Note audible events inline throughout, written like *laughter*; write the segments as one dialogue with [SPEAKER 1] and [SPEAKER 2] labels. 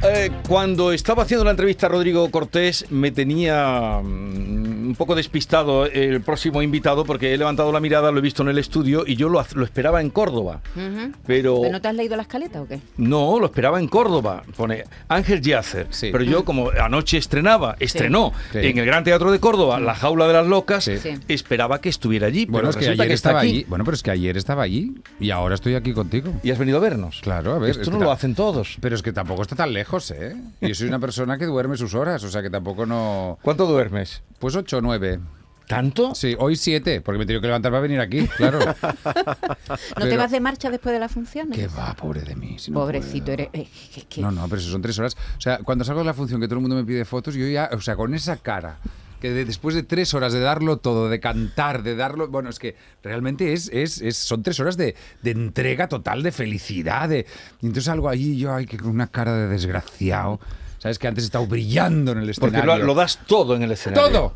[SPEAKER 1] Eh, cuando estaba haciendo la entrevista a Rodrigo Cortés, me tenía mm, un poco despistado el próximo invitado porque he levantado la mirada, lo he visto en el estudio y yo lo, haz- lo esperaba en Córdoba.
[SPEAKER 2] Ujú.
[SPEAKER 1] Pero
[SPEAKER 2] ¿Pero no te has leído la escaleta o qué?
[SPEAKER 1] no, lo esperaba en Córdoba. Pone Ángel Yacer.
[SPEAKER 3] Sí.
[SPEAKER 1] Pero yo, como anoche estrenaba, estrenó
[SPEAKER 3] Sí.
[SPEAKER 1] en el Gran Teatro de Córdoba, La Jaula de las Locas,
[SPEAKER 3] Sí.
[SPEAKER 2] Sí.
[SPEAKER 1] esperaba que estuviera allí. pero
[SPEAKER 3] Bueno, es que
[SPEAKER 1] resulta
[SPEAKER 3] ayer
[SPEAKER 1] está
[SPEAKER 3] estaba
[SPEAKER 1] aquí.
[SPEAKER 3] allí. Bueno, pero es que ayer estaba allí y ahora estoy aquí contigo.
[SPEAKER 1] Y has venido a vernos.
[SPEAKER 3] Claro, a ver. es
[SPEAKER 1] Esto
[SPEAKER 3] que
[SPEAKER 1] no lo
[SPEAKER 3] ta-
[SPEAKER 1] hacen todos.
[SPEAKER 3] Pero es que tampoco está tan lejos, ¿eh? Yo soy una persona que duerme sus horas, o sea que tampoco no.
[SPEAKER 1] ¿Cuánto duermes?
[SPEAKER 3] Pues 8 o 9.
[SPEAKER 1] ¿Tanto?
[SPEAKER 3] Sí, hoy 7, porque me he tenido que levantar para venir aquí, claro.
[SPEAKER 2] ¿No te
[SPEAKER 3] Pero-
[SPEAKER 2] vas de marcha después de las funciones?
[SPEAKER 3] Que va, pobre de mí. si no
[SPEAKER 2] Pobrecito,
[SPEAKER 3] puedo.
[SPEAKER 2] eres. eh, que- que-
[SPEAKER 3] No, no, pero eso son tres horas. O sea, cuando salgo de la función que todo el mundo me pide fotos, yo ya, o sea, con esa cara, que de- después de tres horas de darlo todo, de cantar, de darlo, bueno, es que realmente es, es, es- son tres horas de, de entrega total, de felicidad. De, y entonces salgo allí y yo, ay, que con una cara de desgraciado. Sabes que antes he estado brillando en el
[SPEAKER 1] Porque
[SPEAKER 3] escenario.
[SPEAKER 1] lo, lo das todo en el escenario.
[SPEAKER 3] todo,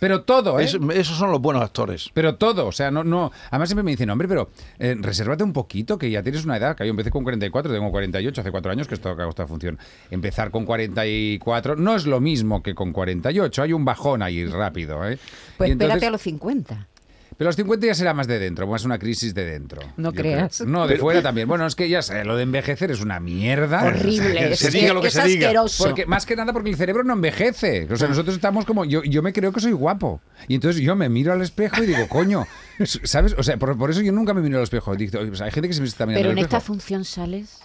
[SPEAKER 3] pero todo, ¿eh?
[SPEAKER 1] Es- esos son los buenos actores.
[SPEAKER 3] Pero todo, o sea, no, no. Además siempre me dicen, hombre, pero eh, resérvate un poquito, que ya tienes una edad. Que yo empecé con 44, tengo 48, hace cuatro años que esto que hago esta función. Empezar con 44 no es lo mismo que con 48. Hay un bajón ahí rápido, ¿eh?
[SPEAKER 2] Pues
[SPEAKER 3] Y
[SPEAKER 2] espérate
[SPEAKER 3] entonces-
[SPEAKER 2] a los 50.
[SPEAKER 3] Pero a los 50 ya será más de dentro, más una crisis de dentro.
[SPEAKER 2] No
[SPEAKER 3] yo
[SPEAKER 2] creas.
[SPEAKER 3] creo. No, de fuera también. Bueno, es que ya sé, lo de envejecer es una mierda.
[SPEAKER 2] Horrible.
[SPEAKER 1] Se
[SPEAKER 2] es
[SPEAKER 1] diga lo que
[SPEAKER 2] es
[SPEAKER 1] se diga.
[SPEAKER 2] asqueroso.
[SPEAKER 3] Porque, más que nada porque el cerebro no envejece. O sea, nosotros estamos como. Yo, yo me creo que soy guapo. Y entonces yo me miro al espejo y digo, *laughs* coño. ¿Sabes? O sea, por, por eso yo nunca me miro al espejo. Digo, "Oye, pues hay gente que se me está mirando
[SPEAKER 2] Pero
[SPEAKER 3] al
[SPEAKER 2] en esta
[SPEAKER 3] espejo".
[SPEAKER 2] función sales.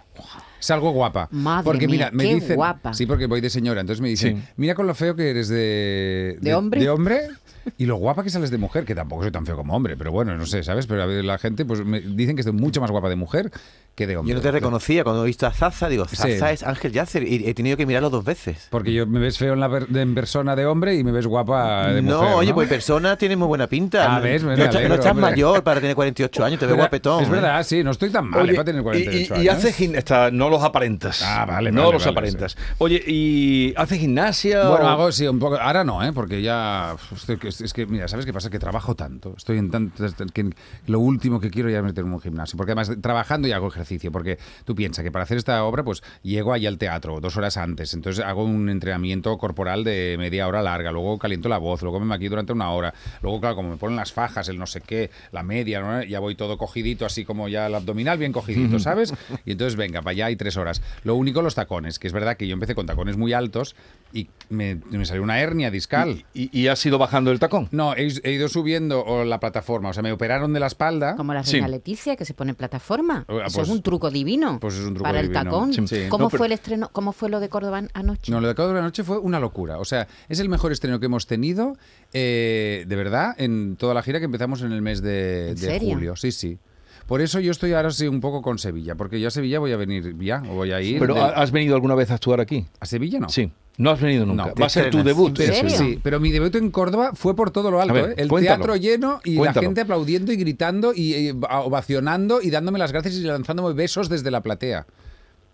[SPEAKER 3] Salgo guapa.
[SPEAKER 2] Madre
[SPEAKER 3] porque
[SPEAKER 2] mía,
[SPEAKER 3] mira, me
[SPEAKER 2] qué
[SPEAKER 3] dicen.
[SPEAKER 2] guapa.
[SPEAKER 3] Sí, porque voy de señora. Entonces me dicen,
[SPEAKER 1] Sí.
[SPEAKER 3] mira con lo feo que eres de.
[SPEAKER 2] ¿De hombre?
[SPEAKER 3] De hombre. Y lo guapa que sales de mujer, que tampoco soy tan feo como hombre, pero bueno, no sé, ¿sabes? Pero a ver, la gente, pues me dicen que estoy mucho más guapa de mujer que de hombre.
[SPEAKER 4] Yo no te reconocía cuando he visto a Zaza, digo, Zaza
[SPEAKER 3] Sí.
[SPEAKER 4] es Ángel Yacer y he tenido que mirarlo dos veces.
[SPEAKER 3] Porque yo me ves feo en, la per- en persona de hombre y me ves guapa de
[SPEAKER 4] no,
[SPEAKER 3] mujer.
[SPEAKER 4] oye, pues persona tiene muy buena pinta.
[SPEAKER 3] Ah, ves, me
[SPEAKER 4] no, estás-
[SPEAKER 3] alegro,
[SPEAKER 4] no estás
[SPEAKER 3] hombre.
[SPEAKER 4] mayor para tener 48 años, te veo
[SPEAKER 3] Pero-
[SPEAKER 4] guapetón.
[SPEAKER 3] Es
[SPEAKER 4] ¿eh?
[SPEAKER 3] verdad, sí, no estoy tan mal
[SPEAKER 1] Oye,
[SPEAKER 3] para tener
[SPEAKER 1] y-
[SPEAKER 3] 48
[SPEAKER 1] y, y
[SPEAKER 3] años.
[SPEAKER 1] hace gim- está, no los aparentas.
[SPEAKER 3] Ah, vale,
[SPEAKER 1] No
[SPEAKER 3] vale,
[SPEAKER 1] los
[SPEAKER 3] vale,
[SPEAKER 1] aparentas. Oye, ¿y hace gimnasia?
[SPEAKER 3] Bueno,
[SPEAKER 1] o-
[SPEAKER 3] hago sí un poco. Ahora no, ¿eh? Porque ya. uf, estoy que- es que, mira, ¿sabes qué pasa? Que trabajo tanto. Estoy en tanto. Que lo último que quiero ya es meterme en un gimnasio. Porque además, trabajando y hago ejercicio. Porque tú piensas que para hacer esta obra, pues llego ahí al teatro dos horas antes. Entonces hago un entrenamiento corporal de media hora larga. Luego caliento la voz. Luego me maquillo durante una hora. Luego, claro, como me ponen las fajas, el no sé qué, la media, ¿no? ya voy todo cogidito, así como ya el abdominal bien cogidito, ¿sabes? Y entonces, venga, para allá hay tres horas. Lo único, los tacones. Que es verdad que yo empecé con tacones muy altos y me, me salió una hernia discal.
[SPEAKER 1] Y, y has ido bajando el tacón.
[SPEAKER 3] No, he, he ido subiendo o, la plataforma. O sea, me operaron de la espalda.
[SPEAKER 2] Como la
[SPEAKER 1] Sí.
[SPEAKER 2] reina Leticia, que se pone en plataforma.
[SPEAKER 3] Ah,
[SPEAKER 2] Eso
[SPEAKER 3] pues-
[SPEAKER 2] es un truco divino.
[SPEAKER 3] pues es un truco
[SPEAKER 2] Para
[SPEAKER 3] divino.
[SPEAKER 2] el tacón.
[SPEAKER 3] Sí. Sí.
[SPEAKER 2] ¿Cómo
[SPEAKER 1] No, pero-
[SPEAKER 2] fue el estreno? ¿Cómo fue lo de Córdoba anoche?
[SPEAKER 3] No, lo de Cabo de la Noche fue una locura. O sea, es el mejor estreno que hemos tenido, eh, de verdad, en toda la gira que empezamos en el mes de,
[SPEAKER 2] ¿En
[SPEAKER 3] de
[SPEAKER 2] serio?
[SPEAKER 3] julio. Sí, sí. Por eso yo estoy ahora sí un poco con Sevilla, porque yo a Sevilla voy a venir ya, o voy a ir.
[SPEAKER 1] Pero
[SPEAKER 3] del-
[SPEAKER 1] ¿ha- ¿has venido alguna vez a actuar aquí?
[SPEAKER 3] ¿A Sevilla no?
[SPEAKER 1] Sí. No has venido nunca.
[SPEAKER 3] No,
[SPEAKER 1] Va a ser tu
[SPEAKER 4] estrenas.
[SPEAKER 1] debut.
[SPEAKER 2] ¿En
[SPEAKER 3] Pero,
[SPEAKER 2] serio?
[SPEAKER 3] sí, pero mi debut en Córdoba fue por todo lo alto.
[SPEAKER 1] A ver,
[SPEAKER 3] ¿eh? El
[SPEAKER 1] cuéntalo.
[SPEAKER 3] teatro lleno y
[SPEAKER 1] Cuéntalo.
[SPEAKER 3] la gente aplaudiendo y gritando y eh, ovacionando y dándome las gracias y lanzándome besos desde la platea.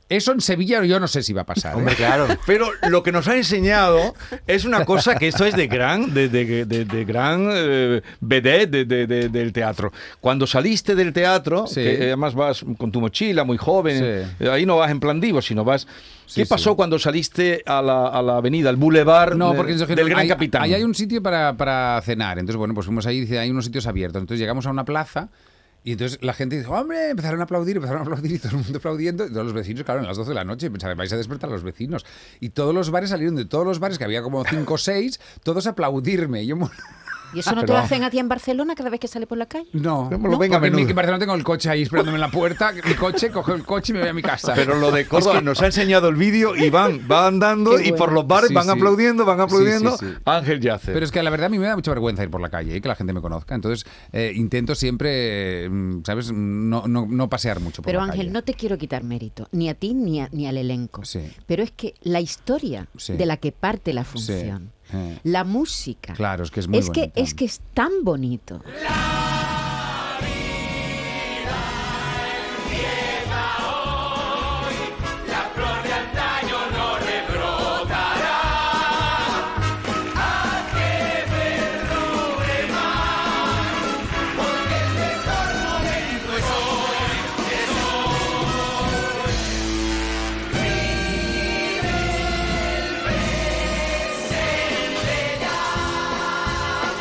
[SPEAKER 3] Eso en Sevilla yo no sé si va a pasar. ¿eh?
[SPEAKER 4] Hombre, claro.
[SPEAKER 1] *laughs* Pero lo que nos ha enseñado es una cosa que esto es de gran, de, de- de- de gran eh, vedette de- de- de- del teatro. Cuando saliste del teatro,
[SPEAKER 3] Sí.
[SPEAKER 1] que eh, además vas con tu mochila muy joven,
[SPEAKER 3] Sí.
[SPEAKER 1] eh, ahí no vas en plan divo, sino vas.
[SPEAKER 3] Sí,
[SPEAKER 1] ¿Qué
[SPEAKER 3] sí.
[SPEAKER 1] pasó cuando saliste a la, a la avenida, al bulevar
[SPEAKER 3] No,
[SPEAKER 1] de-
[SPEAKER 3] porque nos dijeron,
[SPEAKER 1] del Gran
[SPEAKER 3] "Ahí-
[SPEAKER 1] Capitán?
[SPEAKER 3] Ahí hay un sitio para, para cenar. Entonces, bueno, pues fuimos ahí y dice, hay unos sitios abiertos. Entonces llegamos a una plaza y entonces la gente dice, hombre, empezaron a aplaudir, empezaron a aplaudir y todo el mundo aplaudiendo. Y todos los vecinos, claro, a las 12 de la noche, pensaban, vais a despertar a los vecinos. Y todos los bares salieron de todos los bares, que había como 5 o 6, todos a aplaudirme. Y yo,
[SPEAKER 2] ¿Y eso no te
[SPEAKER 5] Pero-
[SPEAKER 2] lo hacen a ti en Barcelona cada vez que sales por la calle?
[SPEAKER 3] *laughs* No,
[SPEAKER 5] Como lo venga a
[SPEAKER 3] porque en mi-
[SPEAKER 5] menudo.
[SPEAKER 3] en Barcelona tengo el coche ahí esperándome en la puerta, mi coche, cojo el coche y me voy a mi casa.
[SPEAKER 1] Pero lo
[SPEAKER 3] *laughs*
[SPEAKER 1] de Córdoba nos ha enseñado el vídeo y van, van andando
[SPEAKER 2] Qué
[SPEAKER 1] y por
[SPEAKER 2] bueno.
[SPEAKER 1] los bares
[SPEAKER 3] Sí,
[SPEAKER 1] van
[SPEAKER 3] sí.
[SPEAKER 1] aplaudiendo, van
[SPEAKER 3] Sí, sí,
[SPEAKER 1] aplaudiendo.
[SPEAKER 3] sí.
[SPEAKER 1] Ángel Yace.
[SPEAKER 3] Pero es que la verdad a mí me da mucha vergüenza ir por la calle y que la gente me conozca. Entonces eh, intento siempre, eh, mm, ¿sabes? No, no, no pasear mucho por
[SPEAKER 2] Pero
[SPEAKER 3] la
[SPEAKER 2] Ángel,
[SPEAKER 3] calle.
[SPEAKER 2] no te quiero quitar mérito, ni a ti ni, a- ni al elenco.
[SPEAKER 3] Sí.
[SPEAKER 2] Pero es que la historia
[SPEAKER 3] Sí.
[SPEAKER 2] de la que parte la
[SPEAKER 3] Sí,
[SPEAKER 2] función,
[SPEAKER 3] eh.
[SPEAKER 2] la música.
[SPEAKER 3] Claro, es que es muy
[SPEAKER 2] es que,
[SPEAKER 3] bonita.
[SPEAKER 2] es que es tan bonito.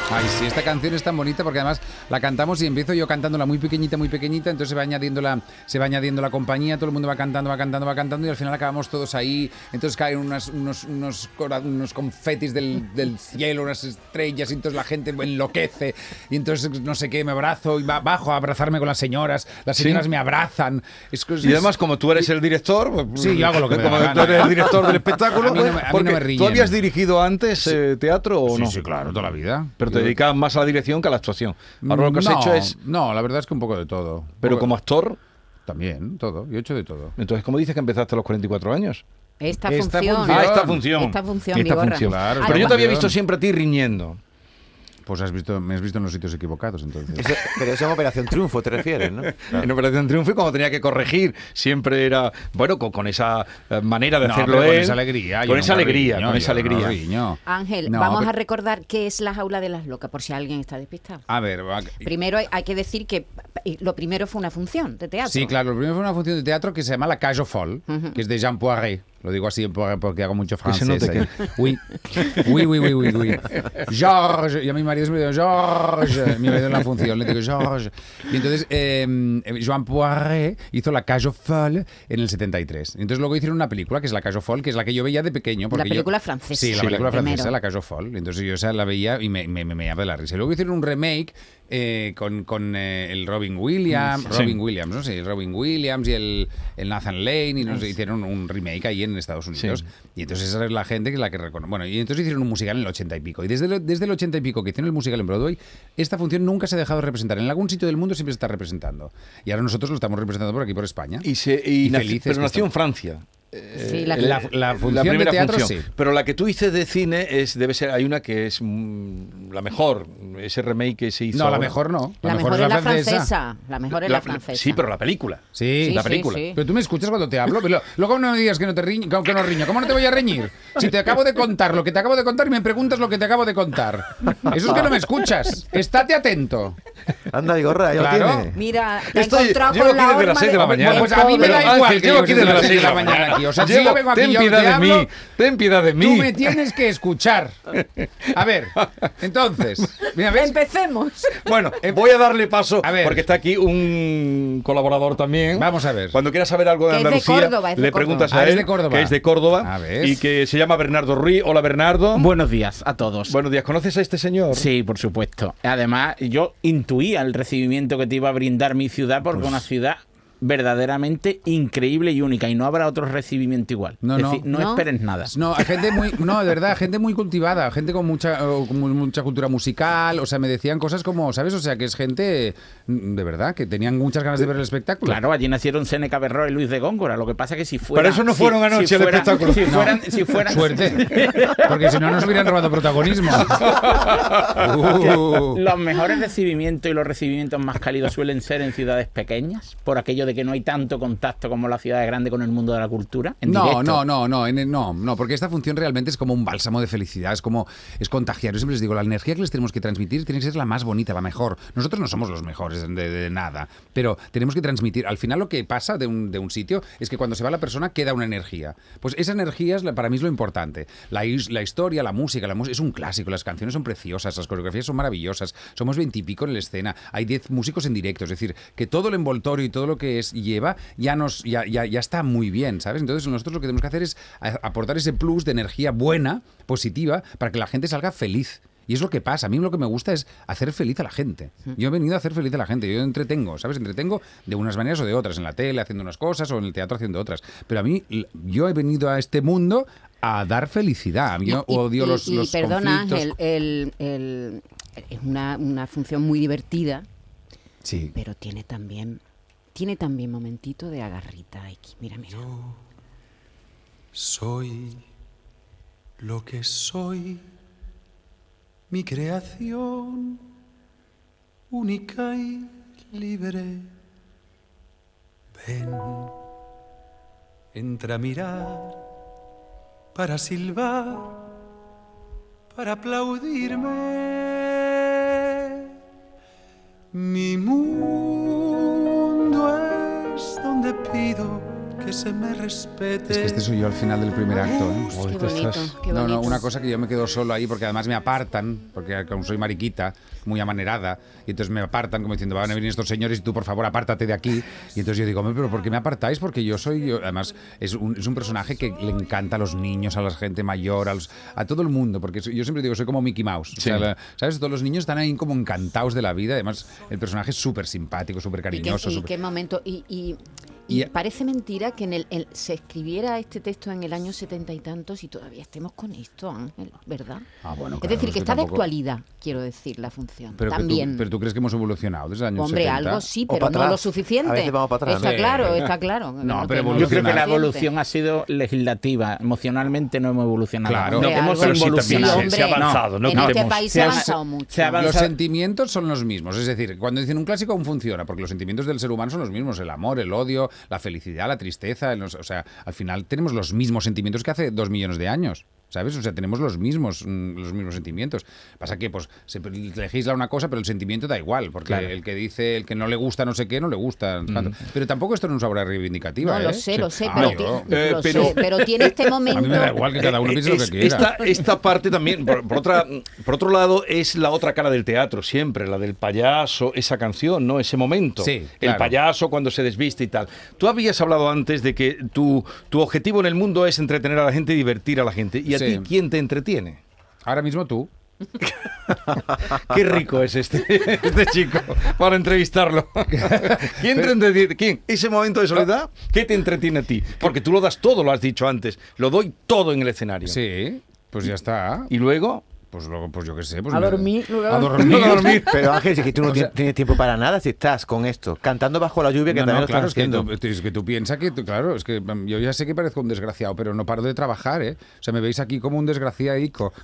[SPEAKER 3] Ay, sí, esta canción es tan bonita porque además la cantamos y empiezo yo cantándola muy pequeñita, muy pequeñita, entonces se va añadiendo la, se va añadiendo la compañía, todo el mundo va cantando, va cantando, va cantando y al final acabamos todos ahí, entonces caen unas- unos, unos, cora- unos confetis del, del cielo, unas estrellas y entonces la gente enloquece y entonces no sé qué, me abrazo y ba- bajo a abrazarme con las señoras, las
[SPEAKER 1] Sí.
[SPEAKER 3] señoras me abrazan. Es, que es-
[SPEAKER 1] Y además, como tú eres el director, pues,
[SPEAKER 3] Sí, yo hago lo que me da
[SPEAKER 1] como
[SPEAKER 3] la
[SPEAKER 1] tú
[SPEAKER 3] gana.
[SPEAKER 1] eres el director del espectáculo,
[SPEAKER 3] *laughs*
[SPEAKER 1] pues,
[SPEAKER 3] A mí no me- a mí no
[SPEAKER 1] porque
[SPEAKER 3] me riñen.
[SPEAKER 1] ¿tú habías dirigido antes eh, teatro o
[SPEAKER 3] Sí,
[SPEAKER 1] no?
[SPEAKER 3] sí, claro, toda la vida.
[SPEAKER 1] Pero te
[SPEAKER 3] Yo-
[SPEAKER 1] dedicabas más a la dirección que a la actuación. Ahora lo que has
[SPEAKER 3] No,
[SPEAKER 1] hecho es,
[SPEAKER 3] No, la verdad es que un poco de todo.
[SPEAKER 1] pero
[SPEAKER 3] Un poco-
[SPEAKER 1] como actor,
[SPEAKER 3] También, todo. Yo he hecho de todo.
[SPEAKER 1] entonces, ¿cómo dices que empezaste a los 44 años?
[SPEAKER 2] Esta,
[SPEAKER 3] Esta
[SPEAKER 2] función.
[SPEAKER 3] función.
[SPEAKER 1] Ah, esta función.
[SPEAKER 2] Esta función,
[SPEAKER 1] Esta
[SPEAKER 2] Vigorra.
[SPEAKER 1] función.
[SPEAKER 3] Claro,
[SPEAKER 1] pero
[SPEAKER 3] esta
[SPEAKER 1] yo te había
[SPEAKER 3] función.
[SPEAKER 1] visto siempre a ti riñendo.
[SPEAKER 3] Pues has visto, me has visto en los sitios equivocados, *laughs* entonces.
[SPEAKER 4] Eso- pero eso es Operación Triunfo, te
[SPEAKER 3] *laughs*
[SPEAKER 4] refieres, ¿no?
[SPEAKER 1] En Operación Triunfo, y cuando tenía que corregir, siempre era, bueno, con, con esa eh, manera de
[SPEAKER 3] No,
[SPEAKER 1] hacerlo
[SPEAKER 3] pero con
[SPEAKER 1] él.
[SPEAKER 3] esa alegría. yo
[SPEAKER 1] Con
[SPEAKER 3] no
[SPEAKER 1] esa
[SPEAKER 3] me
[SPEAKER 1] alegría,
[SPEAKER 3] riño,
[SPEAKER 1] con
[SPEAKER 3] yo
[SPEAKER 1] esa
[SPEAKER 3] no me
[SPEAKER 1] alegría.
[SPEAKER 3] riño.
[SPEAKER 2] Ángel,
[SPEAKER 3] No,
[SPEAKER 2] vamos a
[SPEAKER 3] pero-
[SPEAKER 2] recordar qué es la jaula de las locas, por si alguien está despistado.
[SPEAKER 3] A ver, va-
[SPEAKER 2] Primero hay, hay que decir que eh, lo primero fue una función de teatro.
[SPEAKER 3] Sí, claro. Lo primero fue una función de teatro que se llama La Cage aux Folles, que es de Jean Poiret. Lo digo así en Poiret porque hago mucho
[SPEAKER 1] se
[SPEAKER 3] francés.
[SPEAKER 1] note
[SPEAKER 3] ahí. Oui. Oui, oui, oui, oui, oui. Georges. Y a mi marido me dice, Georges. Mi marido en la función le digo, Georges. Y entonces, eh, Jean Poiret hizo La Cage aux Folles en el 73. Entonces luego hicieron una película que es La Cage aux Folles, que es la que yo veía de pequeño. porque yo-
[SPEAKER 2] película francesa.
[SPEAKER 3] Sí, la
[SPEAKER 2] Sí,
[SPEAKER 3] película
[SPEAKER 2] primero.
[SPEAKER 3] francesa, La Cage aux Folles. Entonces yo esa la veía y me, me, me, meaba de la risa. Y luego hicieron un remake eh, con, con eh, el Robin Williams,
[SPEAKER 1] Sí.
[SPEAKER 3] Robin Williams, ¿no? Sí, el Robin Williams y el, el Nathan Lane y nos hicieron un remake ahí en Estados Unidos. Y entonces esa es la gente que es la que reconoce. Bueno, y entonces hicieron un musical en el ochenta y pico. Y desde, lo- desde el ochenta y pico que hicieron el musical en Broadway, esta función nunca se ha dejado de representar. En algún sitio del mundo siempre se está representando. Y ahora nosotros lo estamos representando por aquí, por España.
[SPEAKER 1] Y se, y
[SPEAKER 3] Y
[SPEAKER 1] nació-
[SPEAKER 3] felices
[SPEAKER 1] pero
[SPEAKER 3] que
[SPEAKER 1] nació
[SPEAKER 3] estamos.
[SPEAKER 1] en Francia.
[SPEAKER 2] Sí, la-
[SPEAKER 3] Eh, la-
[SPEAKER 1] Eh,
[SPEAKER 3] la función de teatro, sí.
[SPEAKER 1] Pero la que tú dices de cine es debe ser hay una que es mm, la mejor, ese remake que se hizo.
[SPEAKER 3] no, la
[SPEAKER 1] ahora.
[SPEAKER 3] mejor no.
[SPEAKER 2] La, mejor es la francesa. La mejor es la,
[SPEAKER 1] La-
[SPEAKER 2] francesa.
[SPEAKER 1] Sí, pero la película.
[SPEAKER 3] Sí,
[SPEAKER 2] Sí,
[SPEAKER 3] la
[SPEAKER 2] sí,
[SPEAKER 3] película.
[SPEAKER 2] sí.
[SPEAKER 3] Pero tú me escuchas cuando te hablo. pero Luego no me digas que no te riño, que no riño. ¿Cómo no te voy a reñir? Si te acabo de contar lo que te acabo de contar y me preguntas lo que te acabo de contar. Eso es que no me escuchas. Estate atento.
[SPEAKER 4] Anda, gorra, ya
[SPEAKER 3] Claro.
[SPEAKER 4] lo tienes.
[SPEAKER 2] Mira, te he
[SPEAKER 1] Estoy-
[SPEAKER 2] encontrado
[SPEAKER 1] llevo aquí
[SPEAKER 2] con la
[SPEAKER 1] desde las
[SPEAKER 2] horma
[SPEAKER 1] seis de la
[SPEAKER 2] del
[SPEAKER 1] mañana.
[SPEAKER 3] Pues a mí me
[SPEAKER 2] pobre.
[SPEAKER 3] da igual
[SPEAKER 1] Ángel,
[SPEAKER 3] que
[SPEAKER 1] llevo
[SPEAKER 3] llegues
[SPEAKER 1] aquí desde
[SPEAKER 3] desde las
[SPEAKER 1] las
[SPEAKER 3] seis
[SPEAKER 1] 6
[SPEAKER 3] de la mañana aquí. O sea, si yo vengo aquí
[SPEAKER 1] ten
[SPEAKER 3] y yo
[SPEAKER 1] piedad
[SPEAKER 3] te
[SPEAKER 1] de
[SPEAKER 3] hablo,
[SPEAKER 1] mí. Ten piedad de
[SPEAKER 3] Tú
[SPEAKER 1] mí.
[SPEAKER 3] me tienes que escuchar. A ver, entonces. Mira, ¿ves?
[SPEAKER 2] Empecemos.
[SPEAKER 1] Bueno, eh, voy a darle paso
[SPEAKER 3] A ver.
[SPEAKER 1] porque está aquí un colaborador también.
[SPEAKER 3] Vamos a ver.
[SPEAKER 1] Cuando quieras saber algo de
[SPEAKER 2] Que es de
[SPEAKER 1] Andalucía,
[SPEAKER 2] Córdoba, es de
[SPEAKER 1] le preguntas a
[SPEAKER 3] Córdoba. Ah,
[SPEAKER 1] él,
[SPEAKER 3] es de Córdoba.
[SPEAKER 1] que es de Córdoba
[SPEAKER 3] Ah, ¿ves?
[SPEAKER 1] y que se llama Bernardo Ruiz. Hola, Bernardo.
[SPEAKER 5] Buenos días a todos.
[SPEAKER 1] Buenos días. ¿Conoces a este señor?
[SPEAKER 5] Sí, por supuesto. Además, yo intuía el recibimiento que te iba a brindar mi ciudad porque
[SPEAKER 1] Pues
[SPEAKER 5] es una ciudad verdaderamente increíble y única y no habrá otro recibimiento igual.
[SPEAKER 3] No,
[SPEAKER 5] es
[SPEAKER 3] no.
[SPEAKER 5] decir, no,
[SPEAKER 2] No.
[SPEAKER 5] esperes nada.
[SPEAKER 3] No, a gente muy, no, de verdad, gente muy cultivada, gente con mucha, eh, con mu- mucha cultura musical, o sea, me decían cosas como, ¿sabes? O sea, que es gente, mm, de verdad, que tenían muchas ganas de ver el espectáculo.
[SPEAKER 5] Claro, allí nacieron Seneca Berro y Luis de Góngora. Lo que pasa es que si fueran...
[SPEAKER 1] Pero eso no
[SPEAKER 5] si-
[SPEAKER 1] fueron
[SPEAKER 5] si
[SPEAKER 1] anoche al
[SPEAKER 5] fueran-
[SPEAKER 1] espectáculo.
[SPEAKER 5] Si
[SPEAKER 1] No.
[SPEAKER 5] fueran...
[SPEAKER 1] *laughs*
[SPEAKER 5] Si fueran
[SPEAKER 3] Suerte, porque si no nos hubieran robado protagonismo. Uh,
[SPEAKER 5] *laughs* Los mejores recibimientos y los recibimientos más cálidos suelen ser en ciudades pequeñas, por aquello de que no hay tanto contacto como las ciudades grandes con el mundo de la cultura. En
[SPEAKER 3] No,
[SPEAKER 5] directo.
[SPEAKER 3] no, no, no, en- no, no, porque esta función realmente es como un bálsamo de felicidad, es como, es contagiar. Yo siempre les digo, la energía que les tenemos que transmitir tiene que ser la más bonita, la mejor. Nosotros no somos los mejores de, de- de nada, pero tenemos que transmitir. Al final lo que pasa de un, de un sitio es que cuando se va la persona queda una energía. Pues esa energía es la- para mí es lo importante. La, his- la historia, la música, la música es un clásico, las canciones son preciosas, las coreografías son maravillosas, somos veintipico en la escena, hay diez músicos en directo, es decir, que todo el envoltorio y todo lo que es lleva ya nos ya, ya, ya está muy bien, ¿sabes? Entonces nosotros lo que tenemos que hacer es a- aportar ese plus de energía buena, positiva, para que la gente salga feliz. Y es lo que pasa. A mí lo que me gusta es hacer feliz a la gente. Yo he venido a hacer feliz a la gente. Yo entretengo, ¿sabes? Entretengo de unas maneras o de otras. En la tele haciendo unas cosas o en el teatro haciendo otras. Pero a mí, l- yo he venido a este mundo a dar felicidad. Yo
[SPEAKER 2] Y-
[SPEAKER 3] odio
[SPEAKER 2] y-
[SPEAKER 3] los,
[SPEAKER 2] y
[SPEAKER 3] los
[SPEAKER 2] perdona,
[SPEAKER 3] conflictos.
[SPEAKER 2] Ángel, el- el- es una, una función muy divertida,
[SPEAKER 3] Sí.
[SPEAKER 2] pero tiene también tiene también momentito de agarrita. Ay, que- mira, mira.
[SPEAKER 6] Soy lo que soy, mi creación única y libre. Ven, entra a mirar, para silbar, para aplaudirme. Mi mundo es donde pido que se me respete.
[SPEAKER 3] Es que este soy yo al final del primer acto. ¿eh?
[SPEAKER 2] Pues Qué
[SPEAKER 1] Ahorita
[SPEAKER 2] bonito,
[SPEAKER 1] estás-
[SPEAKER 2] qué
[SPEAKER 3] No, no,
[SPEAKER 2] bonito.
[SPEAKER 3] una cosa que yo me quedo solo ahí porque además me apartan, porque como soy mariquita, muy amanerada, y entonces me apartan como diciendo, van a venir estos señores y tú por favor apártate de aquí. Y entonces yo digo, "Hombre, pero ¿por qué me apartáis? Porque yo soy, yo-". además es un, es un personaje que le encanta a los niños, a la gente mayor, a, los- a todo el mundo, porque soy- yo siempre digo, soy como Mickey Mouse. O sea,
[SPEAKER 1] Sí.
[SPEAKER 3] la- ¿Sabes? Todos los niños están ahí como encantados de la vida, además el personaje es súper simpático, súper
[SPEAKER 2] Y qué,
[SPEAKER 3] cariñoso.
[SPEAKER 2] y
[SPEAKER 3] súper-
[SPEAKER 2] qué momento. Y, y- y
[SPEAKER 3] Y-
[SPEAKER 2] parece mentira que en el, el- se escribiera este texto en el año setenta y tantos y todavía estemos con esto, Ángel, ¿verdad?
[SPEAKER 3] Ah, bueno,
[SPEAKER 2] es
[SPEAKER 3] claro,
[SPEAKER 2] decir,
[SPEAKER 3] es
[SPEAKER 2] que
[SPEAKER 3] que
[SPEAKER 2] está
[SPEAKER 3] tampoco-
[SPEAKER 2] de actualidad, quiero decir, la función.
[SPEAKER 3] Pero, que tú-
[SPEAKER 2] También.
[SPEAKER 3] pero tú crees que hemos evolucionado desde el año
[SPEAKER 2] Hombre,
[SPEAKER 3] 70?
[SPEAKER 2] algo sí,
[SPEAKER 4] O
[SPEAKER 2] pero
[SPEAKER 4] pa'
[SPEAKER 2] no
[SPEAKER 4] atrás.
[SPEAKER 2] lo suficiente.
[SPEAKER 4] A veces vamos pa' atrás,
[SPEAKER 2] Está
[SPEAKER 4] ¿no?
[SPEAKER 2] claro, está claro.
[SPEAKER 3] No, pero
[SPEAKER 2] tenemos-
[SPEAKER 5] Yo creo que la
[SPEAKER 3] Evolucionar.
[SPEAKER 5] evolución ha sido legislativa. Emocionalmente no hemos evolucionado.
[SPEAKER 3] Claro.
[SPEAKER 5] Lo
[SPEAKER 2] Hombre,
[SPEAKER 5] que hemos
[SPEAKER 2] algo-
[SPEAKER 1] Pero sí, también
[SPEAKER 5] involucionado.
[SPEAKER 1] se- se ha
[SPEAKER 2] Hombre,
[SPEAKER 1] avanzado, no
[SPEAKER 2] En este
[SPEAKER 1] quitemos.
[SPEAKER 2] país
[SPEAKER 5] Se
[SPEAKER 2] se ha
[SPEAKER 5] ha-
[SPEAKER 2] avanzado mucho.
[SPEAKER 5] se ha avanzado.
[SPEAKER 3] Los sentimientos son los mismos. Es decir, cuando dicen un clásico aún funciona, porque los sentimientos del ser humano son los mismos. El amor, el odio, la felicidad, la tristeza. el- o sea, al final tenemos los mismos sentimientos que hace dos millones de años. ¿Sabes? O sea, tenemos los mismos, mm, los mismos sentimientos. Pasa que, pues, se legisla una cosa, pero el sentimiento da igual, porque
[SPEAKER 1] Claro.
[SPEAKER 3] el que dice, el que no le gusta no sé qué, no le gusta. tanto. Pero tampoco esto no es una obra reivindicativa.
[SPEAKER 2] No, lo
[SPEAKER 3] ¿eh?
[SPEAKER 2] sé, lo sé,
[SPEAKER 3] Ah,
[SPEAKER 2] pero,
[SPEAKER 3] yo-
[SPEAKER 2] ti-
[SPEAKER 1] Eh,
[SPEAKER 2] lo
[SPEAKER 1] pero-
[SPEAKER 2] sé, pero tiene este momento.
[SPEAKER 3] A mí me da igual que cada uno
[SPEAKER 1] Eh,
[SPEAKER 3] piense lo que
[SPEAKER 1] es-
[SPEAKER 3] quiera.
[SPEAKER 1] Esta, esta parte también, por, por otra, por otro lado, es la otra cara del teatro siempre, la del payaso, esa canción, ¿no? Ese momento.
[SPEAKER 3] Sí,
[SPEAKER 1] El
[SPEAKER 3] claro.
[SPEAKER 1] payaso cuando se desviste y tal. Tú habías hablado antes de que tu, tu objetivo en el mundo es entretener a la gente y divertir a la gente. ¿Y a
[SPEAKER 3] Sí.
[SPEAKER 1] ti quién te entretiene?
[SPEAKER 3] Ahora mismo tú.
[SPEAKER 1] Qué rico es este, *laughs* este chico para
[SPEAKER 3] *laughs*
[SPEAKER 1] entrevistarlo. ¿Quién te entretiene? ¿Quién? ¿Ese momento de soledad? ¿Qué te entretiene a ti? Porque tú lo das todo, lo has dicho antes. Lo doy todo en el escenario.
[SPEAKER 3] Sí, pues ya está.
[SPEAKER 1] Y luego...
[SPEAKER 3] Pues, luego, pues yo qué sé. Pues
[SPEAKER 2] A
[SPEAKER 3] me-
[SPEAKER 2] dormir, luego.
[SPEAKER 3] A
[SPEAKER 4] *laughs*
[SPEAKER 3] dormir.
[SPEAKER 4] Pero Ángel, si es que tú no
[SPEAKER 3] O sea-
[SPEAKER 4] tienes- tienes tiempo para nada si estás con esto, cantando bajo la lluvia que
[SPEAKER 3] No,
[SPEAKER 4] también
[SPEAKER 3] no,
[SPEAKER 4] lo
[SPEAKER 3] claro,
[SPEAKER 4] estás
[SPEAKER 3] es que,
[SPEAKER 4] haciendo.
[SPEAKER 3] tú, es que tú piensas que, tú- claro, es que mm, yo ya sé que parezco un desgraciado, pero no paro de trabajar, ¿eh? O sea, me veis aquí como un desgraciadico.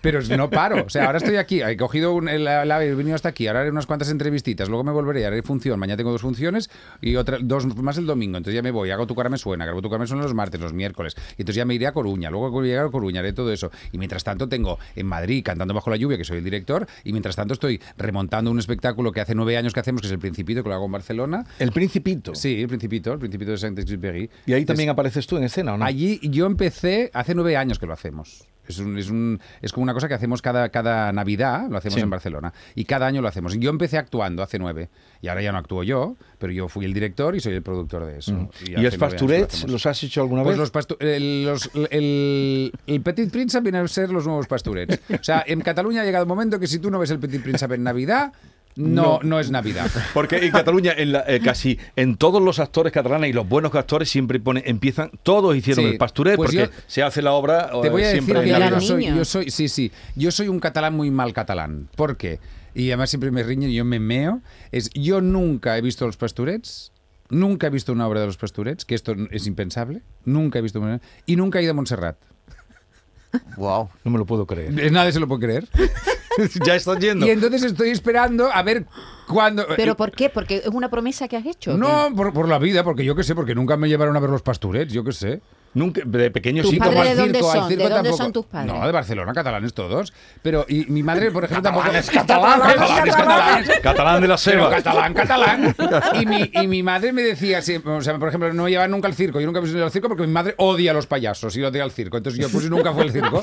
[SPEAKER 3] Pero es- no paro. O sea, ahora estoy aquí, he cogido un, el, el AVE, he venido hasta aquí, ahora haré unas cuantas entrevistitas, luego me volveré, haré función, mañana tengo dos funciones y otra, dos más el domingo, entonces ya me voy, hago tu cara me suena, grabo tu cara me suena los martes, los miércoles, y entonces ya me iré a Coruña, luego llegar a Coruña, haré todo eso. Y mientras tanto tengo en Madrid cantando bajo la lluvia, que soy el director, y mientras tanto estoy remontando un espectáculo que hace nueve años que hacemos, que es el Principito, que lo hago en Barcelona,
[SPEAKER 1] El Principito.
[SPEAKER 3] Sí, el Principito, el Principito de Saint-Exupéry.
[SPEAKER 1] Y ahí también apareces tú en escena, ¿o no?
[SPEAKER 3] Allí yo empecé, hace nueve años que lo hacemos. Es, un- es, un- es como una cosa que hacemos cada, cada Navidad, lo hacemos
[SPEAKER 1] Sí.
[SPEAKER 3] en Barcelona, y cada año lo hacemos. Yo empecé actuando hace nueve, y ahora ya no actúo yo, pero yo fui el director y soy el productor de eso.
[SPEAKER 1] ¿Y,
[SPEAKER 3] hace
[SPEAKER 1] los
[SPEAKER 3] nueve años que lo
[SPEAKER 1] pasturets
[SPEAKER 3] hacemos.
[SPEAKER 1] los has hecho alguna
[SPEAKER 3] Pues
[SPEAKER 1] vez?
[SPEAKER 3] los pastu- el, los- el- el Petit Príncipe viene a ser los nuevos pasturets. O sea, en Cataluña ha llegado el momento que si tú no ves el Petit Príncipe en Navidad, no, no. es Navidad.
[SPEAKER 1] Porque en Cataluña, en la- eh, casi en todos los actores catalanes y los buenos actores siempre pone, empiezan, todos hicieron
[SPEAKER 3] Sí.
[SPEAKER 1] el pasturet
[SPEAKER 3] Pues
[SPEAKER 1] porque
[SPEAKER 3] yo-
[SPEAKER 1] se hace la obra eh,
[SPEAKER 3] Te voy a decir
[SPEAKER 1] siempre en
[SPEAKER 3] que yo
[SPEAKER 1] Navidad.
[SPEAKER 3] no
[SPEAKER 2] Eran
[SPEAKER 3] soy,
[SPEAKER 2] niños.
[SPEAKER 3] yo soy, sí, sí, yo soy un catalán muy mal catalán. ¿Por qué? Y además siempre me riñen y yo me meo. Es, yo nunca he visto los pasturets, nunca he visto una obra de los pasturets, que esto es impensable, nunca he visto una- y nunca he ido a Montserrat.
[SPEAKER 4] Wow.
[SPEAKER 1] No me lo puedo creer.
[SPEAKER 3] Eh, Nadie se lo puede
[SPEAKER 2] *laughs*
[SPEAKER 3] creer.
[SPEAKER 1] *laughs* ya estás yendo.
[SPEAKER 3] Y entonces estoy esperando a ver cuándo. eh,
[SPEAKER 2] ¿Pero por qué? ¿Porque es una promesa que has hecho?
[SPEAKER 3] no, por, por la vida, porque yo qué sé, porque nunca me llevaron a ver los pasturets, yo qué sé.
[SPEAKER 1] Nunca, de pequeño
[SPEAKER 2] Tu
[SPEAKER 1] sí,
[SPEAKER 2] padre
[SPEAKER 1] como
[SPEAKER 3] al
[SPEAKER 2] de dónde
[SPEAKER 3] al
[SPEAKER 2] son? ¿De dónde son tus padres?
[SPEAKER 3] No, de Barcelona, catalanes todos. Pero y mi madre, por ejemplo, tampoco es
[SPEAKER 1] catalanes, catalanes, catalán de la
[SPEAKER 3] Pero
[SPEAKER 1] selva.
[SPEAKER 3] catalán,
[SPEAKER 2] *laughs*
[SPEAKER 3] catalán. Y mi, y mi madre me decía, sí, o sea, por ejemplo, no me llevaban nunca al circo. Yo nunca me he ido al circo porque mi madre odia a los payasos y odia al circo. Entonces yo pues nunca fue al
[SPEAKER 2] *laughs*
[SPEAKER 3] circo.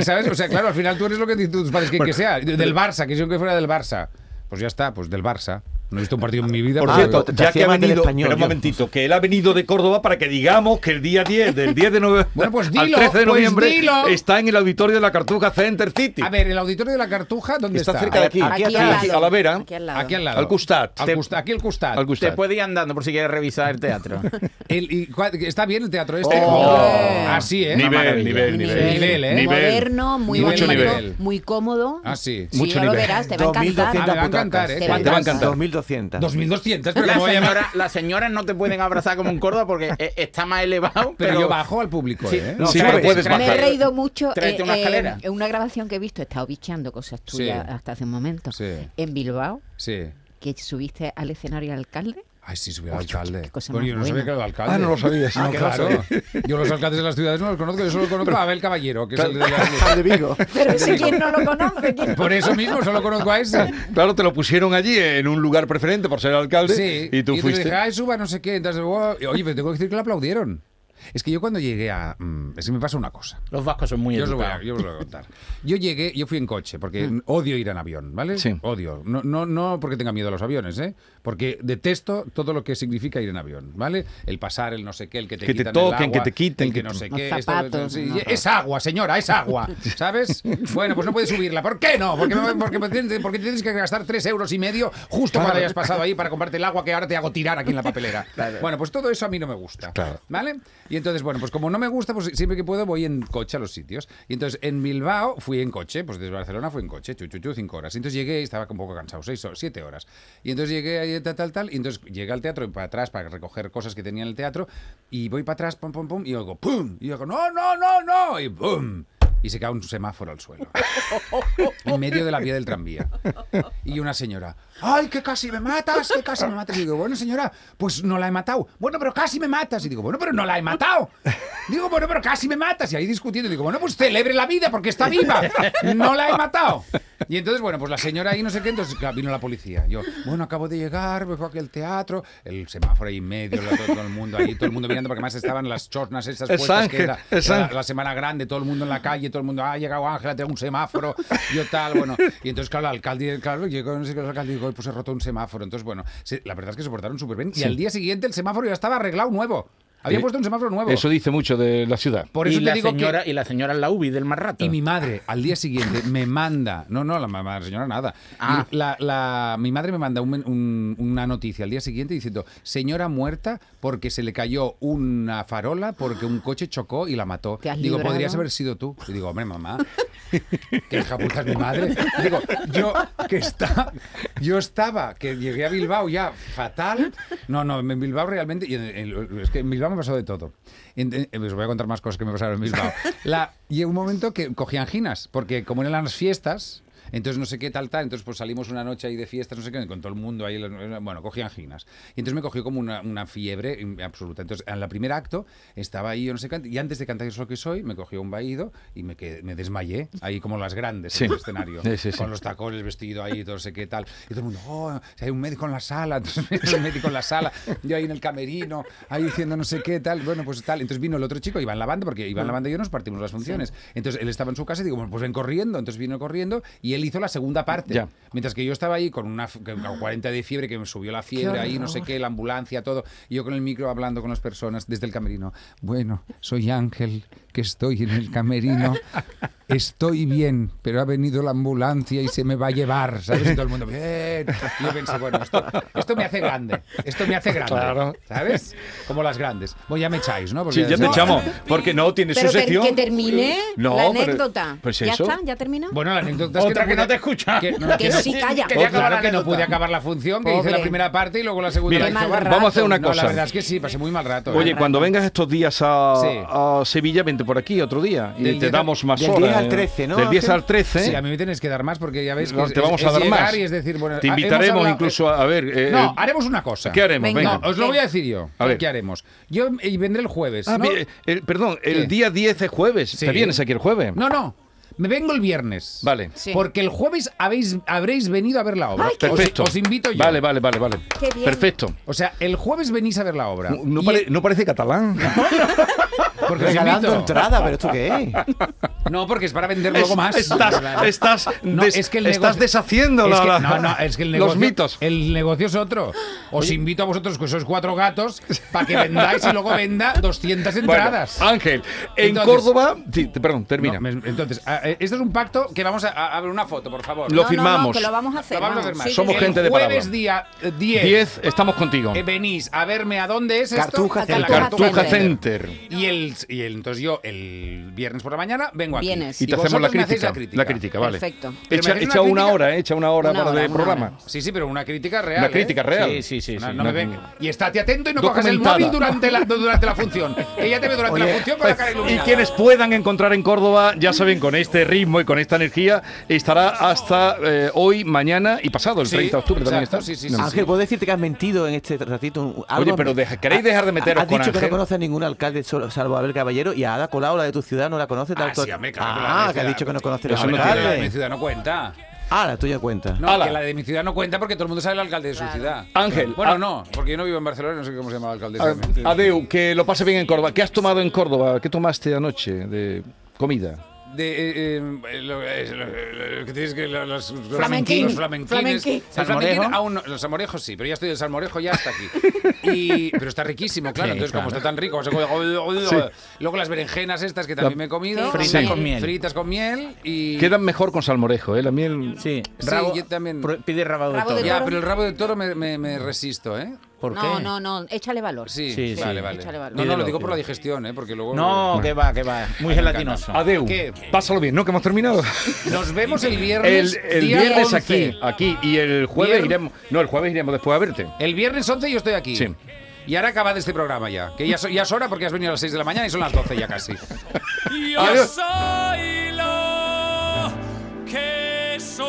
[SPEAKER 3] ¿Sabes? O sea, claro, al final tú eres lo que dicen tus padres, que, que sea. Del Barça, que yo que fuera del Barça. Pues ya está, pues del Barça. No he visto un partido en mi vida.
[SPEAKER 1] Por
[SPEAKER 3] pero-
[SPEAKER 1] cierto,
[SPEAKER 4] te- te
[SPEAKER 1] ya que
[SPEAKER 4] hacía
[SPEAKER 1] ha
[SPEAKER 4] mal del
[SPEAKER 1] venido,
[SPEAKER 4] español,
[SPEAKER 1] pero un
[SPEAKER 4] yo.
[SPEAKER 1] momentito, que él ha venido de Córdoba para que digamos que el día 10, del 10 de noviembre
[SPEAKER 3] Bueno, pues
[SPEAKER 1] al
[SPEAKER 3] dilo,
[SPEAKER 1] 13 de
[SPEAKER 3] pues
[SPEAKER 1] noviembre,
[SPEAKER 3] dilo.
[SPEAKER 1] está en el auditorio de la Cartuja Center City.
[SPEAKER 3] a ver, el auditorio de la Cartuja, ¿dónde está?
[SPEAKER 1] Está cerca de aquí.
[SPEAKER 4] Aquí,
[SPEAKER 2] Aquí,
[SPEAKER 4] atrás.
[SPEAKER 2] al lado.
[SPEAKER 1] A la vera.
[SPEAKER 2] Aquí al lado.
[SPEAKER 3] Aquí al lado.
[SPEAKER 1] Al Custat.
[SPEAKER 3] Al
[SPEAKER 1] Te-
[SPEAKER 3] Custat, Aquí el Custat.
[SPEAKER 1] Al Custat.
[SPEAKER 5] Te puede ir andando por si quieres revisar
[SPEAKER 3] *laughs*
[SPEAKER 5] el teatro.
[SPEAKER 3] El- y cua- está bien el teatro este.
[SPEAKER 1] Oh.
[SPEAKER 3] Así, ¿eh?
[SPEAKER 1] Nivel,
[SPEAKER 3] Una maravilla.
[SPEAKER 1] nivel,
[SPEAKER 2] Un
[SPEAKER 1] nivel.
[SPEAKER 3] Nivel, ¿eh?
[SPEAKER 2] Moderno, muy
[SPEAKER 3] Nivel,
[SPEAKER 2] bonito,
[SPEAKER 3] nivel.
[SPEAKER 2] muy cómodo.
[SPEAKER 3] Ah, sí.
[SPEAKER 2] Sí,
[SPEAKER 1] Mucho
[SPEAKER 2] ya lo
[SPEAKER 1] nivel.
[SPEAKER 2] verás, te va a encantar.
[SPEAKER 4] 2200
[SPEAKER 3] Ah, me va a encantar,
[SPEAKER 4] butacas.
[SPEAKER 3] ¿eh?
[SPEAKER 2] Te
[SPEAKER 3] ¿Cuántas?
[SPEAKER 1] Te va a encantar.
[SPEAKER 4] 2200.
[SPEAKER 3] 2200, pero
[SPEAKER 5] Las
[SPEAKER 3] ¿cómo voy a llamar?
[SPEAKER 5] señoras las señoras no te pueden abrazar como en
[SPEAKER 3] *laughs*
[SPEAKER 5] Córdoba porque eh, está más elevado.
[SPEAKER 3] Pero,
[SPEAKER 5] Pero,
[SPEAKER 3] yo bajo al público, ¿eh?
[SPEAKER 1] No, sí,
[SPEAKER 5] Tráete-
[SPEAKER 1] pero puedes
[SPEAKER 5] tráete-
[SPEAKER 2] Me he reído mucho.
[SPEAKER 5] Tráete
[SPEAKER 2] eh,
[SPEAKER 5] una
[SPEAKER 2] eh,
[SPEAKER 5] escalera.
[SPEAKER 2] en una grabación que he visto, he estado bicheando cosas tuyas
[SPEAKER 3] Sí.
[SPEAKER 2] hasta hace un momento.
[SPEAKER 3] Sí.
[SPEAKER 2] En Bilbao,
[SPEAKER 3] Sí.
[SPEAKER 2] que subiste al escenario al alcalde.
[SPEAKER 3] Ay, sí, subí al
[SPEAKER 2] Oye,
[SPEAKER 3] alcalde.
[SPEAKER 2] qué cosa
[SPEAKER 3] Bueno,
[SPEAKER 2] más
[SPEAKER 3] yo no sabía
[SPEAKER 2] buena.
[SPEAKER 3] que era el alcalde.
[SPEAKER 1] Ah, no lo sabías.
[SPEAKER 3] Ah,
[SPEAKER 1] No,
[SPEAKER 3] claro. Yo los alcaldes de las ciudades no los conozco, yo solo conozco a Abel Caballero, que es el de la...
[SPEAKER 4] de Vigo.
[SPEAKER 2] Pero ese quien no lo conoce. ¿quién?
[SPEAKER 3] Por eso mismo solo conozco a ese.
[SPEAKER 1] Claro, te lo pusieron allí en un lugar preferente por ser alcalde
[SPEAKER 3] Sí.
[SPEAKER 1] y tú
[SPEAKER 3] te
[SPEAKER 1] fuiste.
[SPEAKER 3] dije, "Ah, ay, suba, no sé qué. Entonces, wow. Y, Oye, pero tengo que decir que le aplaudieron. Es que yo cuando llegué a... mm, es que me pasa una cosa.
[SPEAKER 5] Los vascos son muy
[SPEAKER 3] Yo os, lo voy a,
[SPEAKER 5] educados.
[SPEAKER 3] yo os lo voy a contar. Yo llegué, yo fui en coche, porque odio ir en avión, ¿vale?
[SPEAKER 1] Mm. Sí.
[SPEAKER 3] Odio. No, no, no porque tenga miedo a los aviones, ¿eh? Porque detesto todo lo que significa ir en avión, ¿vale? El pasar, el no sé qué, el que te
[SPEAKER 1] Que te
[SPEAKER 3] quitan
[SPEAKER 1] toquen,
[SPEAKER 3] el agua,
[SPEAKER 1] que te quiten,
[SPEAKER 3] el que
[SPEAKER 1] que-
[SPEAKER 3] no sé
[SPEAKER 2] Los
[SPEAKER 3] qué.
[SPEAKER 2] zapatos,
[SPEAKER 3] sí,
[SPEAKER 2] no.
[SPEAKER 3] Es agua, señora, es agua,
[SPEAKER 2] *laughs*
[SPEAKER 3] ¿sabes? Bueno, pues no puedes subirla. ¿Por qué no? Porque, me- porque, me tienes- porque tienes que gastar tres euros y medio justo cuando hayas pasado ahí para comprarte el agua que ahora te hago tirar aquí en la papelera. Bueno, pues todo eso a mí no me gusta.
[SPEAKER 1] Claro.
[SPEAKER 3] ¿Vale? Y entonces, bueno, pues como no me gusta, pues siempre que puedo voy en coche a los sitios. Y entonces en Bilbao fui en coche, pues desde Barcelona fui en coche, chuchuchu, cinco horas. Y entonces llegué y estaba un poco cansado, seis o siete horas. Y entonces llegué ahí, tal, tal, tal. Y entonces llegué al teatro y para atrás para recoger cosas que tenía en el teatro. Y voy para atrás, pum, pum, pum. Y oigo, pum. Y digo, no, no, no, no. Y pum. Y se cae un semáforo al suelo. en medio de la vía del tranvía. Y una señora, ¡ay, que casi me matas! ¡Que casi me matas! Y digo, bueno, señora, pues no la he matado. Bueno, pero casi me matas. Y digo, bueno, pero no la he matado. Digo, bueno, pero casi me matas. Y ahí discutiendo, digo, bueno, pues celebre la vida porque está viva. No la he matado. Y entonces, bueno, pues la señora ahí no sé qué, entonces claro, vino la policía. Yo, bueno, acabo de llegar, me fue aquí al teatro, el semáforo ahí en medio, lo- todo, todo el mundo ahí, todo el mundo mirando, porque además estaban las chornas esas
[SPEAKER 1] Es
[SPEAKER 3] puestas que
[SPEAKER 1] Ángel,
[SPEAKER 3] era-
[SPEAKER 1] es
[SPEAKER 3] era
[SPEAKER 1] Ángel.
[SPEAKER 3] la semana grande, todo el mundo en la calle, todo el mundo, ah, ha llegado Ángela, tengo un semáforo, yo tal, bueno. Y entonces, claro, el alcalde, claro, llegó no sé qué, el alcalde dijo, pues he roto un semáforo. Entonces, bueno, se- la verdad es que se portaron súper bien. Y al día siguiente el semáforo ya estaba arreglado nuevo. Había
[SPEAKER 1] Eh,
[SPEAKER 3] puesto un semáforo nuevo.
[SPEAKER 1] Eso dice mucho de la ciudad.
[SPEAKER 3] Por
[SPEAKER 5] y,
[SPEAKER 3] eso te
[SPEAKER 5] la
[SPEAKER 3] digo que-
[SPEAKER 5] señora, y la señora en la UBI del más rato.
[SPEAKER 3] y mi madre, al día siguiente, me manda. No, no, la mamá, la señora nada. Y
[SPEAKER 5] Ah.
[SPEAKER 3] La, la- mi madre me manda un men- un- una noticia al día siguiente diciendo: Señora muerta porque se le cayó una farola porque un coche chocó y la mató.
[SPEAKER 2] ¿Te has
[SPEAKER 3] digo,
[SPEAKER 2] librado?
[SPEAKER 3] podrías haber sido tú. Y digo, hombre,
[SPEAKER 2] *laughs*
[SPEAKER 3] mamá. Que hija puta es mi madre. Digo, yo que está, yo estaba, que llegué a Bilbao ya fatal. No, no, en Bilbao realmente, y en- en- es que en Bilbao me pasó de todo. En- en- os voy a contar más cosas que me pasaron en Bilbao. La, llegó un momento que cogí anginas, porque como eran las fiestas, entonces no sé qué tal, tal, entonces pues salimos una noche ahí de fiestas, no sé qué, con todo el mundo ahí, bueno, cogí anginas. Y entonces me cogió como una, una fiebre absoluta. Entonces, en la primer acto estaba ahí, yo no sé qué, y antes de cantar Yo soy lo que soy, me cogió un vaído y me, quedé- me desmayé, ahí como las grandes
[SPEAKER 1] Sí.
[SPEAKER 3] en el escenario,
[SPEAKER 1] Sí, sí, sí.
[SPEAKER 3] con los tacones, vestido ahí, todo no sé qué tal. Y todo el mundo, oh, si hay un médico en la sala, *laughs* entonces hay un médico en la sala, yo ahí en el camerino, ahí diciendo no sé qué tal, bueno, pues tal. Entonces vino el otro chico, Iván la banda, porque Iván la banda y yo nos partimos las funciones. Entonces él estaba en su casa y digo, bueno, pues ven corriendo, entonces vino corriendo y él hizo la segunda parte.
[SPEAKER 1] Ya.
[SPEAKER 3] Mientras que yo estaba ahí con una f- con 40 de fiebre, que me subió la fiebre ahí, no sé qué, la ambulancia, todo. Y yo con el micro hablando con las personas desde el camerino. Bueno, soy Ángel, que estoy en el camerino. Estoy bien, pero ha venido la ambulancia y se me va a llevar, ¿sabes? Y todo el mundo, bien. Y yo pensé, bueno, esto, esto me hace grande, esto me hace grande,
[SPEAKER 1] Claro.
[SPEAKER 3] ¿sabes? Como las grandes. Bueno, ya me echáis, ¿no?
[SPEAKER 1] Sí, ya te
[SPEAKER 3] No,
[SPEAKER 1] echamos, porque no tiene su
[SPEAKER 2] Pero que,
[SPEAKER 1] sección.
[SPEAKER 2] que termine
[SPEAKER 1] No,
[SPEAKER 2] la
[SPEAKER 1] pero-
[SPEAKER 2] anécdota.
[SPEAKER 1] pues
[SPEAKER 2] ¿Ya
[SPEAKER 1] eso.
[SPEAKER 2] está? ¿Ya terminó?
[SPEAKER 3] Bueno, la anécdota es
[SPEAKER 5] Otra que
[SPEAKER 3] pude-
[SPEAKER 5] no te escucha.
[SPEAKER 3] Que, no,
[SPEAKER 2] Que
[SPEAKER 3] que no-
[SPEAKER 2] sí, calla.
[SPEAKER 3] que
[SPEAKER 5] Quería
[SPEAKER 3] claro
[SPEAKER 5] acabar la
[SPEAKER 3] que no
[SPEAKER 5] anécdota.
[SPEAKER 3] pude acabar la función, que hice
[SPEAKER 2] Pobre.
[SPEAKER 3] la primera parte y luego la segunda
[SPEAKER 1] Mira,
[SPEAKER 3] la hizo
[SPEAKER 2] qué mal
[SPEAKER 3] Bárbara.
[SPEAKER 1] vamos a hacer una
[SPEAKER 3] No,
[SPEAKER 1] cosa.
[SPEAKER 3] la verdad es que sí, pasé muy mal rato.
[SPEAKER 1] Oye,
[SPEAKER 3] ¿eh?
[SPEAKER 1] cuando vengas estos días a,
[SPEAKER 3] Sí.
[SPEAKER 1] a Sevilla, vente por aquí otro día y
[SPEAKER 3] Del
[SPEAKER 1] te
[SPEAKER 3] 10 al-
[SPEAKER 1] damos más
[SPEAKER 4] del
[SPEAKER 1] horas.
[SPEAKER 4] 10 al
[SPEAKER 1] ¿eh?
[SPEAKER 4] 13, ¿no?
[SPEAKER 1] Del 10 al 13.
[SPEAKER 3] Sí, a mí me tenéis que dar más porque ya veis que
[SPEAKER 1] No,
[SPEAKER 3] es-
[SPEAKER 1] te vamos
[SPEAKER 3] es-
[SPEAKER 1] a dar
[SPEAKER 3] es llegar
[SPEAKER 1] más.
[SPEAKER 3] y es decir, bueno,
[SPEAKER 1] te
[SPEAKER 3] ah, hemos
[SPEAKER 1] invitaremos
[SPEAKER 3] hablado-
[SPEAKER 1] incluso a, a ver. eh,
[SPEAKER 3] No,
[SPEAKER 1] eh,
[SPEAKER 3] haremos una cosa.
[SPEAKER 1] ¿Qué haremos?
[SPEAKER 2] Venga.
[SPEAKER 1] Venga.
[SPEAKER 3] No, os lo voy a decir yo.
[SPEAKER 1] A ver.
[SPEAKER 3] ¿Qué haremos? Yo eh, vendré el jueves.
[SPEAKER 1] Ah,
[SPEAKER 3] ¿no?
[SPEAKER 1] bien, el- perdón,
[SPEAKER 3] ¿Qué?
[SPEAKER 1] el día 10 es jueves.
[SPEAKER 3] Sí.
[SPEAKER 1] ¿Te vienes aquí el jueves?
[SPEAKER 3] No, no. Me vengo el viernes.
[SPEAKER 1] Vale.
[SPEAKER 2] Sí.
[SPEAKER 3] Porque el jueves habéis, habréis venido a ver la obra.
[SPEAKER 2] Ay, qué-
[SPEAKER 1] Perfecto.
[SPEAKER 3] Os, os invito yo.
[SPEAKER 1] Vale, vale, vale, vale.
[SPEAKER 2] Qué bien.
[SPEAKER 1] Perfecto.
[SPEAKER 3] O sea, el jueves venís a ver la obra.
[SPEAKER 1] No, no *laughs*
[SPEAKER 3] Y-
[SPEAKER 1] pare- no parece catalán.
[SPEAKER 3] Porque os
[SPEAKER 4] Regalando
[SPEAKER 3] invito.
[SPEAKER 4] entrada, pero ¿esto qué es?
[SPEAKER 3] No, porque es para vender luego más.
[SPEAKER 1] Estás,
[SPEAKER 3] Claro.
[SPEAKER 1] estás,
[SPEAKER 3] No,
[SPEAKER 1] des-
[SPEAKER 3] es que el
[SPEAKER 1] estás
[SPEAKER 3] negocio-
[SPEAKER 1] deshaciendo
[SPEAKER 3] Es
[SPEAKER 1] la-
[SPEAKER 3] que-
[SPEAKER 1] la-
[SPEAKER 3] no, no, es que el negocio,
[SPEAKER 1] los mitos.
[SPEAKER 3] El negocio es otro. Os invito a vosotros, que sois cuatro gatos, para que vendáis y luego venda 200
[SPEAKER 1] Bueno,
[SPEAKER 3] entradas.
[SPEAKER 1] Ángel, en
[SPEAKER 3] Entonces-
[SPEAKER 1] Córdoba. sí, te- perdón, termina.
[SPEAKER 3] No, me- entonces, a- eh, esto es un pacto que vamos a, a- a ver una foto, por favor.
[SPEAKER 1] Lo
[SPEAKER 3] No,
[SPEAKER 1] firmamos.
[SPEAKER 7] que lo vamos a hacer.
[SPEAKER 3] lo vamos a hacer
[SPEAKER 7] vamos.
[SPEAKER 3] más.
[SPEAKER 7] Sí, sí,
[SPEAKER 1] Somos
[SPEAKER 7] sí.
[SPEAKER 3] el
[SPEAKER 1] gente de palabra.
[SPEAKER 3] jueves día eh, 10,
[SPEAKER 1] 10, estamos contigo.
[SPEAKER 3] eh, venís a verme a dónde es
[SPEAKER 4] Cartuja
[SPEAKER 3] esto. A la
[SPEAKER 7] Center.
[SPEAKER 1] Cartuja
[SPEAKER 7] Cartuja
[SPEAKER 1] Center.
[SPEAKER 3] Y, el, y el- entonces yo el viernes por la mañana vengo aquí.
[SPEAKER 7] Vienes.
[SPEAKER 1] Y te hacemos
[SPEAKER 3] vosotros
[SPEAKER 1] la
[SPEAKER 3] me hacéis
[SPEAKER 1] crítica, la crítica. vale.
[SPEAKER 7] Perfecto.
[SPEAKER 3] Pero
[SPEAKER 1] Echa,
[SPEAKER 3] me haces
[SPEAKER 1] echa
[SPEAKER 3] una
[SPEAKER 1] una
[SPEAKER 3] crítica-
[SPEAKER 1] hora, eh, echa una hora
[SPEAKER 7] Una
[SPEAKER 1] para
[SPEAKER 7] hora,
[SPEAKER 1] de
[SPEAKER 7] una
[SPEAKER 1] programa.
[SPEAKER 7] hora.
[SPEAKER 3] Sí, sí, pero una crítica real.
[SPEAKER 1] Una
[SPEAKER 3] ¿eh?
[SPEAKER 1] crítica real.
[SPEAKER 5] Sí, sí, sí.
[SPEAKER 3] No,
[SPEAKER 5] sí.
[SPEAKER 3] no me ve. Y estate atento y no cojas el
[SPEAKER 1] Documentada.
[SPEAKER 3] móvil durante la, durante la función. Ella te ve durante la
[SPEAKER 4] Oye, pues,
[SPEAKER 3] función con la cara
[SPEAKER 1] pues, Y
[SPEAKER 3] iluminada.
[SPEAKER 1] quienes puedan encontrar en Córdoba, ya saben, con este ritmo y con esta energía, estará hasta eh, hoy, mañana y pasado, el
[SPEAKER 3] Sí,
[SPEAKER 1] 30 de octubre también
[SPEAKER 3] exacto,
[SPEAKER 1] está.
[SPEAKER 3] sí, sí,
[SPEAKER 1] No.
[SPEAKER 3] sí.
[SPEAKER 4] Ángel, ¿puedo decirte que has mentido en este ratito?
[SPEAKER 1] Oye, pero deja- ¿queréis dejar de meteros
[SPEAKER 4] meter Has
[SPEAKER 1] con
[SPEAKER 4] dicho que no
[SPEAKER 1] Ángel?
[SPEAKER 4] conoces a ningún alcalde solo- salvo a Abel Caballero y a Ada Colau, la de tu ciudad, no la conoces.
[SPEAKER 3] Ah,
[SPEAKER 4] tanto-
[SPEAKER 3] sí, hombre, claro que la de
[SPEAKER 4] Ah,
[SPEAKER 3] mi
[SPEAKER 4] que has
[SPEAKER 3] ciudad.
[SPEAKER 4] dicho que no conoces
[SPEAKER 1] Eso
[SPEAKER 4] al
[SPEAKER 1] no
[SPEAKER 3] La de mi
[SPEAKER 4] alcalde.
[SPEAKER 3] ciudad no cuenta.
[SPEAKER 4] Ah, la tuya cuenta.
[SPEAKER 3] No,
[SPEAKER 1] Ala.
[SPEAKER 3] que la de mi ciudad no cuenta porque todo el mundo sabe el alcalde de su ciudad.
[SPEAKER 1] Ángel,
[SPEAKER 3] Bueno,
[SPEAKER 1] a-
[SPEAKER 3] no, porque yo no vivo en Barcelona, no sé cómo se llama el alcalde.
[SPEAKER 1] A- Ah, Adeu, que lo pase bien en Córdoba. ¿Qué has tomado en Córdoba? ¿Qué tomaste anoche de comida?
[SPEAKER 3] De, eh, eh, lo, eh, lo- lo- lo que tienes que lo- los, los-
[SPEAKER 7] Flamenquín.
[SPEAKER 3] los flamenquines.
[SPEAKER 7] Flamenquín.
[SPEAKER 3] El flamenquín aún no- los amorejos sí, pero ya estoy del salmorejo ya hasta aquí.
[SPEAKER 5] *laughs*
[SPEAKER 3] Y- pero está riquísimo, claro.
[SPEAKER 5] Sí,
[SPEAKER 3] entonces, como
[SPEAKER 5] claro.
[SPEAKER 3] está tan rico, se come- oh, luego las berenjenas estas que también
[SPEAKER 1] La-
[SPEAKER 3] me he comido,
[SPEAKER 7] Fritas
[SPEAKER 3] Sí.
[SPEAKER 5] con miel.
[SPEAKER 3] fritas con miel y
[SPEAKER 1] Quedan mejor con salmorejo, ¿eh? La miel.
[SPEAKER 5] Sí,
[SPEAKER 3] Sí,
[SPEAKER 5] rabo-
[SPEAKER 3] yo también.
[SPEAKER 5] pro- Pide rabado de
[SPEAKER 7] Rabo
[SPEAKER 5] todo.
[SPEAKER 7] de
[SPEAKER 3] ya,
[SPEAKER 7] toro.
[SPEAKER 3] pero el rabo de toro me, me- me resisto, ¿eh?
[SPEAKER 5] ¿Por qué?
[SPEAKER 7] No, no, no, échale valor.
[SPEAKER 3] Sí,
[SPEAKER 5] Sí, sí.
[SPEAKER 3] vale, vale.
[SPEAKER 7] Échale valor.
[SPEAKER 3] No, no, lo
[SPEAKER 5] Pídelo,
[SPEAKER 3] digo por la
[SPEAKER 5] pídelo.
[SPEAKER 3] digestión, ¿eh? Porque luego
[SPEAKER 5] No, que va, que va. Muy gelatinoso.
[SPEAKER 1] Adeu,
[SPEAKER 3] ¿Qué?
[SPEAKER 1] pásalo bien, ¿no? Que hemos terminado.
[SPEAKER 3] nos vemos el
[SPEAKER 1] El,
[SPEAKER 3] viernes.
[SPEAKER 1] el
[SPEAKER 3] día
[SPEAKER 1] viernes
[SPEAKER 3] 11.
[SPEAKER 1] aquí, aquí. Y el jueves
[SPEAKER 3] Vier-
[SPEAKER 1] iremos. No, el jueves iremos después a verte.
[SPEAKER 3] El viernes 11 yo estoy aquí.
[SPEAKER 1] Sí.
[SPEAKER 3] Y ahora acabad este programa ya. Que ya, so- ya es hora porque has venido a las 6 de la mañana y son las 12 ya casi.
[SPEAKER 8] Yo
[SPEAKER 1] Adiós.
[SPEAKER 8] soy lo que soy.